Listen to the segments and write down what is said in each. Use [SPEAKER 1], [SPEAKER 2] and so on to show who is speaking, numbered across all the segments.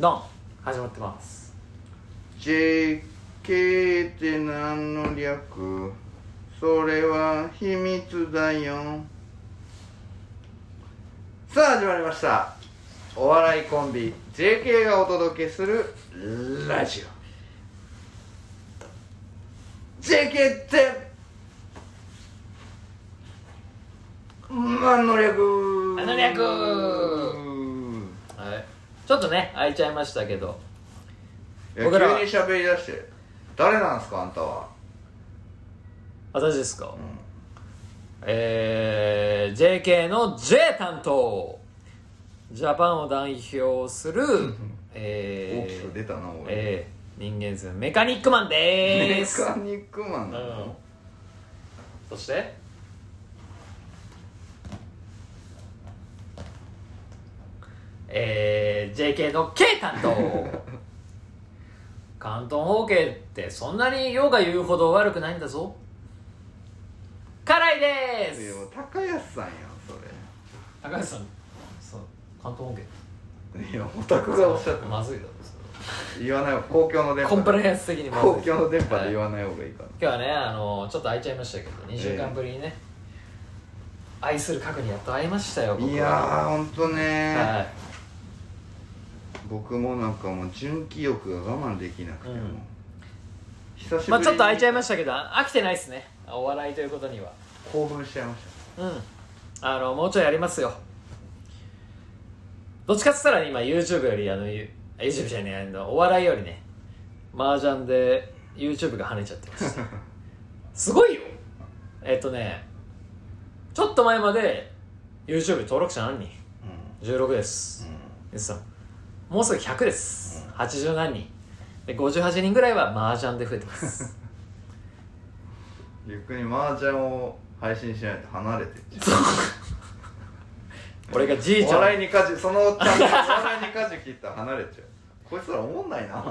[SPEAKER 1] ドン始まってます。
[SPEAKER 2] JK って何の略それは秘密だよさあ始まりましたお笑いコンビ JK がお届けするラジオ JK って何の略
[SPEAKER 1] 何の略はい。ちょっとね、開いちゃいましたけど。
[SPEAKER 2] いや
[SPEAKER 1] 僕らは
[SPEAKER 2] 急に喋り出して誰なんすかあんたは
[SPEAKER 1] 私ですか、えー、JK の J 担当。ジャパンを代表する、
[SPEAKER 2] 大き
[SPEAKER 1] え
[SPEAKER 2] く
[SPEAKER 1] ー、
[SPEAKER 2] 出たな俺、
[SPEAKER 1] えー、人間図メカニックマンで
[SPEAKER 2] メ
[SPEAKER 1] ーす。
[SPEAKER 2] カニックマンなの
[SPEAKER 1] そしてえー、JK の K 関東 関東方形ってそんなに用が言うほど悪くないんだぞ辛いで
[SPEAKER 2] いやも
[SPEAKER 1] す
[SPEAKER 2] う高安さんやんそ
[SPEAKER 1] 高橋さんそう関東方形
[SPEAKER 2] れいやオタクがおっしゃって
[SPEAKER 1] まずいだろ
[SPEAKER 2] 言わない公共の電波
[SPEAKER 1] コンプライアン
[SPEAKER 2] ス
[SPEAKER 1] ス的にまずい
[SPEAKER 2] 公共の電波で言わない方がいいかな、、
[SPEAKER 1] 今日はねあのちょっと空いちゃいましたけど2週間ぶりにね、愛する核にやっと会えましたよ僕はい
[SPEAKER 2] やーほんとね
[SPEAKER 1] はい
[SPEAKER 2] 僕もなんかもう純気欲が我慢できなくても、
[SPEAKER 1] うん
[SPEAKER 2] 久しぶりに、
[SPEAKER 1] まあちょっと空いちゃいましたけどあ飽きてないですねお笑いということには
[SPEAKER 2] 興奮しちゃいまし
[SPEAKER 1] うんあのもうちょいやりますよどっちかっつったら今 YouTube よりあのゆ YouTube じゃねえあのお笑いよりね麻雀で YouTube が跳ねちゃってま したすごいよえっとねちょっと前まで YouTube 登録者何人
[SPEAKER 2] た、うん
[SPEAKER 1] ?16 です、
[SPEAKER 2] う
[SPEAKER 1] でさもうすぐ100です、80何人で58人ぐらいは麻雀で増えてます
[SPEAKER 2] ん、ゆっくり麻雀を配信しないと離れてっちゃう
[SPEAKER 1] 俺がじいちゃ
[SPEAKER 2] お
[SPEAKER 1] ん
[SPEAKER 2] 笑いに舵そのおっちゃんがお笑いに舵切ったら離れちゃうこいつらおもんないな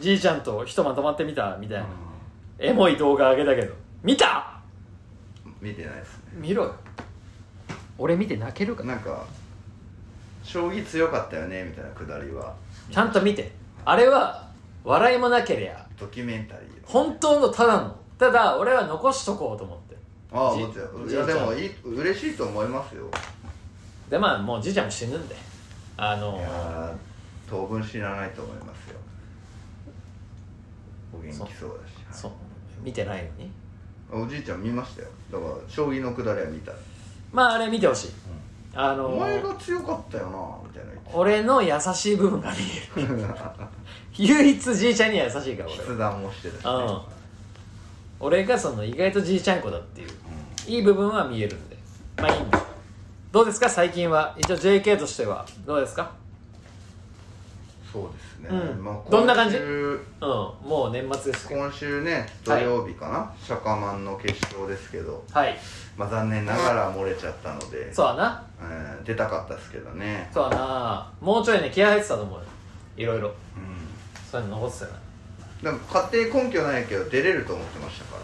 [SPEAKER 1] じいちゃんとひとまとまってみたみたいな、エモい動画あげたけど見た
[SPEAKER 2] うん見てないですね
[SPEAKER 1] 見ろよ俺見て泣けるかな
[SPEAKER 2] なんか将棋強かったよねみたいなくだりは
[SPEAKER 1] ちゃんと見てあれは笑いもなけりゃ
[SPEAKER 2] ドキュメンタリー
[SPEAKER 1] 本当のただのただ俺は残しとこうと思って
[SPEAKER 2] ああ
[SPEAKER 1] じ
[SPEAKER 2] もちろんい
[SPEAKER 1] じいちゃ
[SPEAKER 2] や
[SPEAKER 1] ん
[SPEAKER 2] でもいい嬉しいと思いますよ
[SPEAKER 1] でまあもうじいちゃんも死ぬんであ
[SPEAKER 2] い
[SPEAKER 1] の
[SPEAKER 2] やー当分知らないと思いますよお元気そうだしはい
[SPEAKER 1] そう見てないのに
[SPEAKER 2] おじいちゃん見ましたよだから将棋のくだりは見た、
[SPEAKER 1] まああれ見てほしいあの
[SPEAKER 2] お前が強かったよなみたいな
[SPEAKER 1] 俺の優しい部分が見える 唯一じいちゃんには優しいから
[SPEAKER 2] 筆談もしてたし、ね
[SPEAKER 1] 俺はうん俺がその意外とじいちゃん子だっていういい部分は見えるんでまあいいんだどうですか最近は一応 JK としてはどうですか
[SPEAKER 2] そうですね、
[SPEAKER 1] うん
[SPEAKER 2] まあ、
[SPEAKER 1] どんな感じ
[SPEAKER 2] 今週
[SPEAKER 1] うんもう年末ですけど
[SPEAKER 2] 今週ね土曜日かな、シャカマンの決勝ですけど
[SPEAKER 1] はい
[SPEAKER 2] まあ残念ながら漏れちゃったので
[SPEAKER 1] そうだな
[SPEAKER 2] うん出たかったですけどね、
[SPEAKER 1] そうだなもうちょいね気合入ってたと思うよいろいろ
[SPEAKER 2] うん、
[SPEAKER 1] そういうの残ってたよな
[SPEAKER 2] でも勝手に根拠ないけど出れると思ってましたか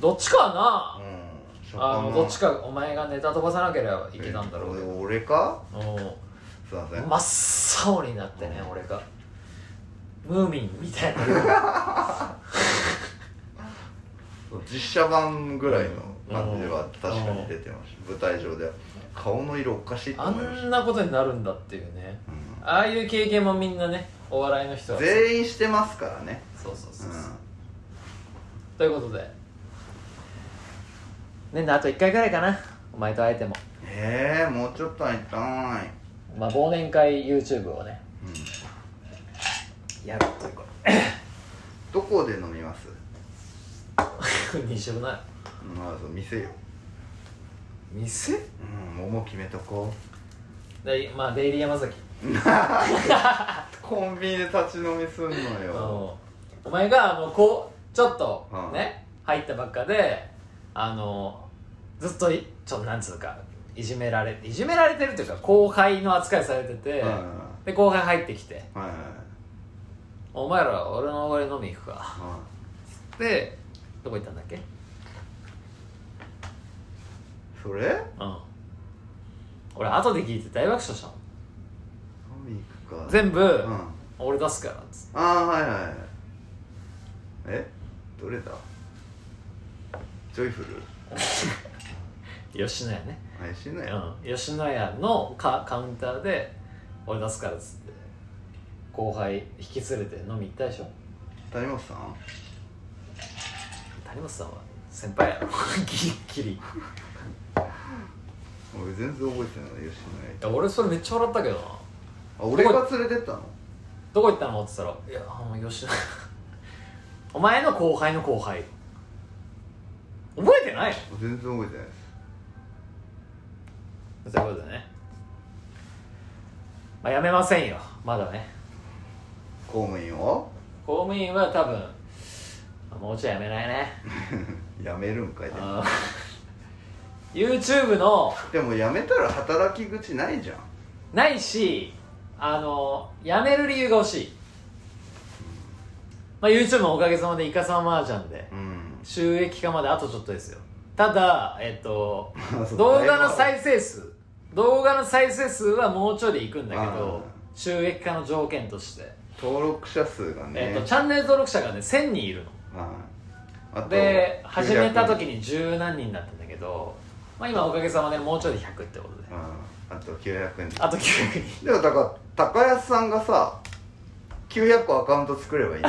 [SPEAKER 1] どっちか
[SPEAKER 2] ら
[SPEAKER 1] は
[SPEAKER 2] うんそこ
[SPEAKER 1] なあ
[SPEAKER 2] は
[SPEAKER 1] のどっちかお前がネタ飛ばさなければいけたんだろうけ
[SPEAKER 2] え
[SPEAKER 1] ど
[SPEAKER 2] 俺か
[SPEAKER 1] うん
[SPEAKER 2] すいません、
[SPEAKER 1] 真っ青になってね俺がムーミンみたい な
[SPEAKER 2] 実写版ぐらいの感じは確かに出てました舞台上では顔の色おかしいと
[SPEAKER 1] あ
[SPEAKER 2] 思いまし
[SPEAKER 1] ん
[SPEAKER 2] た
[SPEAKER 1] なことになるんだっていうね
[SPEAKER 2] うん
[SPEAKER 1] ああいう経験もみんなねお笑いの人はそう
[SPEAKER 2] 全員してますからね
[SPEAKER 1] そうそうそう、
[SPEAKER 2] う
[SPEAKER 1] ということで年内あと1回ぐらいかなお前と会えても
[SPEAKER 2] んええもうちょっと会いたい
[SPEAKER 1] まあ忘年会 YouTube をね
[SPEAKER 2] うん
[SPEAKER 1] やろうという こ
[SPEAKER 2] どこで飲みます
[SPEAKER 1] とにしろない
[SPEAKER 2] まず店よ
[SPEAKER 1] 店
[SPEAKER 2] うん桃決めとこ
[SPEAKER 1] でまあデイリー山崎
[SPEAKER 2] うコンビニで立ち飲みすんのよ
[SPEAKER 1] お前があのこうちょっと
[SPEAKER 2] うん
[SPEAKER 1] ね、入ったばっかであのずっといちょっとなんつうかいじめられいじめられてるというか後輩の扱いされてて、
[SPEAKER 2] うん
[SPEAKER 1] で後輩入ってきて
[SPEAKER 2] はいはい
[SPEAKER 1] 「お前ら俺の俺飲み行くか
[SPEAKER 2] は」
[SPEAKER 1] でどこ行ったんだっけ
[SPEAKER 2] いそれ
[SPEAKER 1] うん俺後で聞いて大爆笑したの
[SPEAKER 2] あか
[SPEAKER 1] 全部、
[SPEAKER 2] うんあ
[SPEAKER 1] 俺出すからっつって
[SPEAKER 2] あはいはいはいえどれだジョイフル
[SPEAKER 1] 吉野家ね
[SPEAKER 2] あしないよ
[SPEAKER 1] うん、吉野家のカカウンターで俺出すからっつって後輩引き連れて飲み行ったでしょ
[SPEAKER 2] 谷本さん
[SPEAKER 1] 谷本さんは先輩やろ ギリギリい
[SPEAKER 2] 俺全然覚えてない吉野
[SPEAKER 1] や
[SPEAKER 2] 家
[SPEAKER 1] 俺それめっちゃ笑ったけどな
[SPEAKER 2] あ俺が連れてったの
[SPEAKER 1] どこ行ったのって言ったら「いやあの吉野家 お前の後輩の後輩覚えてない
[SPEAKER 2] 全然覚えてないです
[SPEAKER 1] ということでね、まあ、やめませんよまだね
[SPEAKER 2] 公務員を
[SPEAKER 1] 公務員は多分もうちょいやめないね
[SPEAKER 2] 辞めるんかいでも
[SPEAKER 1] あー YouTube の
[SPEAKER 2] でも辞めたら働き口ないじゃん
[SPEAKER 1] ないしあのやめる理由が欲しい、まあ、YouTube もおかげさまでイカサマージャンで
[SPEAKER 2] うん
[SPEAKER 1] 収益化まであとちょっとですよただえっ と
[SPEAKER 2] そう
[SPEAKER 1] 動画の再生数動画の再生数はもうちょいでいくんだけど
[SPEAKER 2] あー
[SPEAKER 1] 収益化の条件として、
[SPEAKER 2] 登録者数がね、
[SPEAKER 1] えっと、チャンネル登録者がね1000人いるの
[SPEAKER 2] はいあと
[SPEAKER 1] で
[SPEAKER 2] 900
[SPEAKER 1] 始めた時に十何人だったんだけど、まあ、今おかげさまでもうちょいで100ってことで
[SPEAKER 2] うんあと900人
[SPEAKER 1] あと900人
[SPEAKER 2] でもだから高安さんがさ900個アカウント作れ ばいい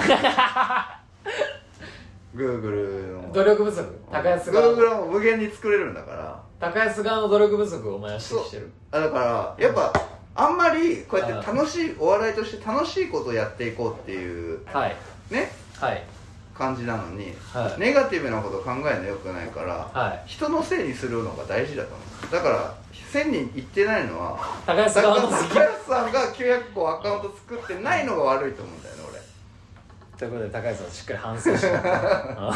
[SPEAKER 2] Google の
[SPEAKER 1] 努力不足高安側
[SPEAKER 2] Google は無限に作れるんだから
[SPEAKER 1] 高安側の努力不足をお前は指摘してる
[SPEAKER 2] あだからやっぱあんまりこうやって楽しいお笑いとして楽しいことをやっていこうっていう
[SPEAKER 1] はい
[SPEAKER 2] ね
[SPEAKER 1] はい
[SPEAKER 2] 感じなのに、
[SPEAKER 1] はい
[SPEAKER 2] ネガティブなこと考えるのよくないから、
[SPEAKER 1] はい
[SPEAKER 2] 人のせいにするのが大事だと思うだから1000人いってないのは
[SPEAKER 1] 高安
[SPEAKER 2] だか
[SPEAKER 1] 側
[SPEAKER 2] ら
[SPEAKER 1] の
[SPEAKER 2] 高
[SPEAKER 1] 責任
[SPEAKER 2] 橋さんが900個アカウント作ってないのが悪いと思うんだよね
[SPEAKER 1] ということで高安はしっかり反省して あ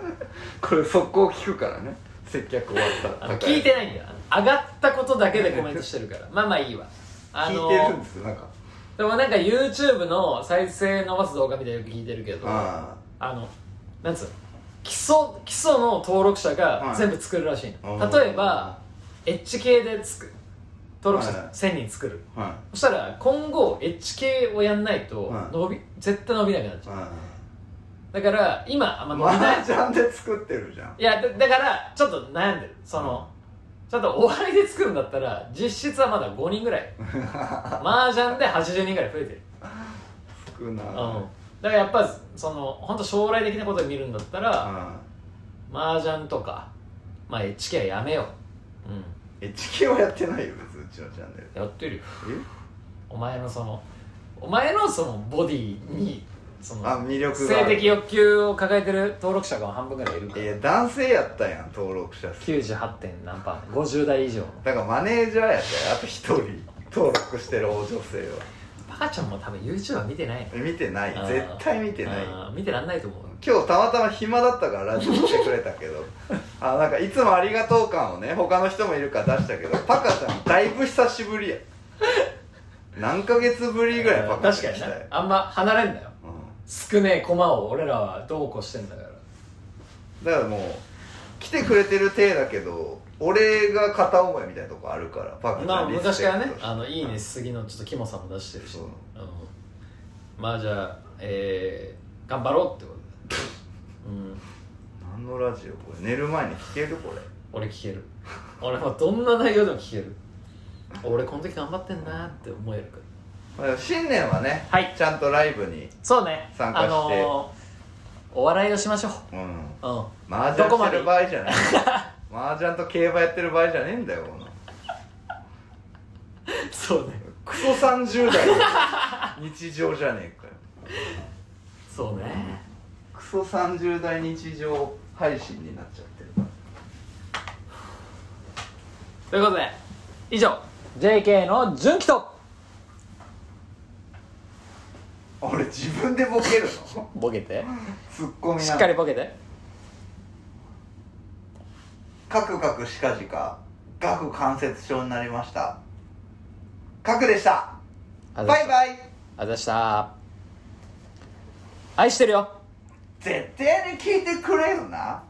[SPEAKER 2] 俺これ速攻聞くからね接客終わっ
[SPEAKER 1] の聞いてないんだよ上がったことだけでコメントしてる からまあまあいいわあの
[SPEAKER 2] 聞いてるんですよなんか
[SPEAKER 1] でもなんか YouTube の再生伸ばす動画みたいなのよく聞いてるけど
[SPEAKER 2] あ
[SPEAKER 1] あのなんつうの基礎基礎の登録者が全部作るらしいの、
[SPEAKER 2] はい
[SPEAKER 1] 例えばエッジ系でつく登録者
[SPEAKER 2] はい
[SPEAKER 1] 1000人作る、
[SPEAKER 2] あは
[SPEAKER 1] そしたら今後エッジ系をやんないと
[SPEAKER 2] はい
[SPEAKER 1] 伸び、絶対伸びなくなっ
[SPEAKER 2] い
[SPEAKER 1] ちゃう
[SPEAKER 2] は
[SPEAKER 1] だから今あん
[SPEAKER 2] い
[SPEAKER 1] ま伸
[SPEAKER 2] マ
[SPEAKER 1] びない
[SPEAKER 2] ージャンで作ってるじゃん
[SPEAKER 1] いやだだからちょっと悩んでるその、ちょっとお笑いで作るんだったら実質はまだ5人ぐ らい麻雀で80人ぐらい増えてる
[SPEAKER 2] 少な
[SPEAKER 1] う
[SPEAKER 2] い
[SPEAKER 1] んだからやっぱその本当将来的なことを見るんだったら、
[SPEAKER 2] うん
[SPEAKER 1] 麻雀とかまあ HK はやめようう
[SPEAKER 2] HK はやってないよ別にうちのチャンネル
[SPEAKER 1] んやってるよ
[SPEAKER 2] え
[SPEAKER 1] お前のそのお前のそのボディにその
[SPEAKER 2] あ魅力があ
[SPEAKER 1] 性
[SPEAKER 2] る
[SPEAKER 1] 的欲求を抱えてる登録者が半分ぐらいいるか
[SPEAKER 2] い
[SPEAKER 1] ら
[SPEAKER 2] や男性やったやん登録者数
[SPEAKER 1] 98. 点何パー50代以上の
[SPEAKER 2] だからマネージャーやったよあと一人登録してる大女性は
[SPEAKER 1] パカちゃんも多分 YouTuber 見てない
[SPEAKER 2] え見てない
[SPEAKER 1] あー
[SPEAKER 2] 絶対見てない
[SPEAKER 1] あー見てらんないと思う
[SPEAKER 2] 今日たまたま暇だったからラジオ来てくれた けどあなんかいつもありがとう感をね他の人もいるから出したけどパカちゃんだいぶ久しぶりや何ヶ月ぶりぐらいパカ
[SPEAKER 1] 確
[SPEAKER 2] ち
[SPEAKER 1] か
[SPEAKER 2] ゃん
[SPEAKER 1] に
[SPEAKER 2] 来た
[SPEAKER 1] な
[SPEAKER 2] よ、
[SPEAKER 1] あんま離れんだよ
[SPEAKER 2] う
[SPEAKER 1] 少ねえコマを俺らはどうこうしてんだから
[SPEAKER 2] ん、だからもう来てくれてる体だけど俺が片思いみたいなとこあるからパカち
[SPEAKER 1] ま
[SPEAKER 2] ゃ
[SPEAKER 1] あ
[SPEAKER 2] んリスペクト
[SPEAKER 1] 昔からね
[SPEAKER 2] して
[SPEAKER 1] あのいいねしすぎのちょっとキモさも出してるし、
[SPEAKER 2] そう
[SPEAKER 1] うんまあじゃあ、えー頑張ろうってことで、 うん、
[SPEAKER 2] 何のラジオこれ寝る前に聞けるこれ
[SPEAKER 1] 俺聞ける俺はどんな内容でも聞ける俺この時頑張ってんなって思えるから
[SPEAKER 2] まあ新年はね、
[SPEAKER 1] はい
[SPEAKER 2] ちゃんとライブに
[SPEAKER 1] そうね
[SPEAKER 2] 参加して
[SPEAKER 1] あのーお笑いをしましょ
[SPEAKER 2] うん
[SPEAKER 1] ううん
[SPEAKER 2] 麻雀してる場合じゃない 麻雀と競馬やってる場合じゃねえんだよこの
[SPEAKER 1] そうね
[SPEAKER 2] クソ30代の日常じゃねえかよ
[SPEAKER 1] そうね
[SPEAKER 2] クソ30代日常配信になっちゃってるから
[SPEAKER 1] ということで以上 JK の純喜と
[SPEAKER 2] 俺自分でボケるの
[SPEAKER 1] ボケて
[SPEAKER 2] ツッコミなの
[SPEAKER 1] しっかりボケて
[SPEAKER 2] カクカクしかじかガク関節症になりましたカクでした
[SPEAKER 1] あ
[SPEAKER 2] バ
[SPEAKER 1] りがとうございまし
[SPEAKER 2] イ
[SPEAKER 1] た
[SPEAKER 2] バイ
[SPEAKER 1] あざした愛してるよ
[SPEAKER 2] 絶対に聞いてくれよな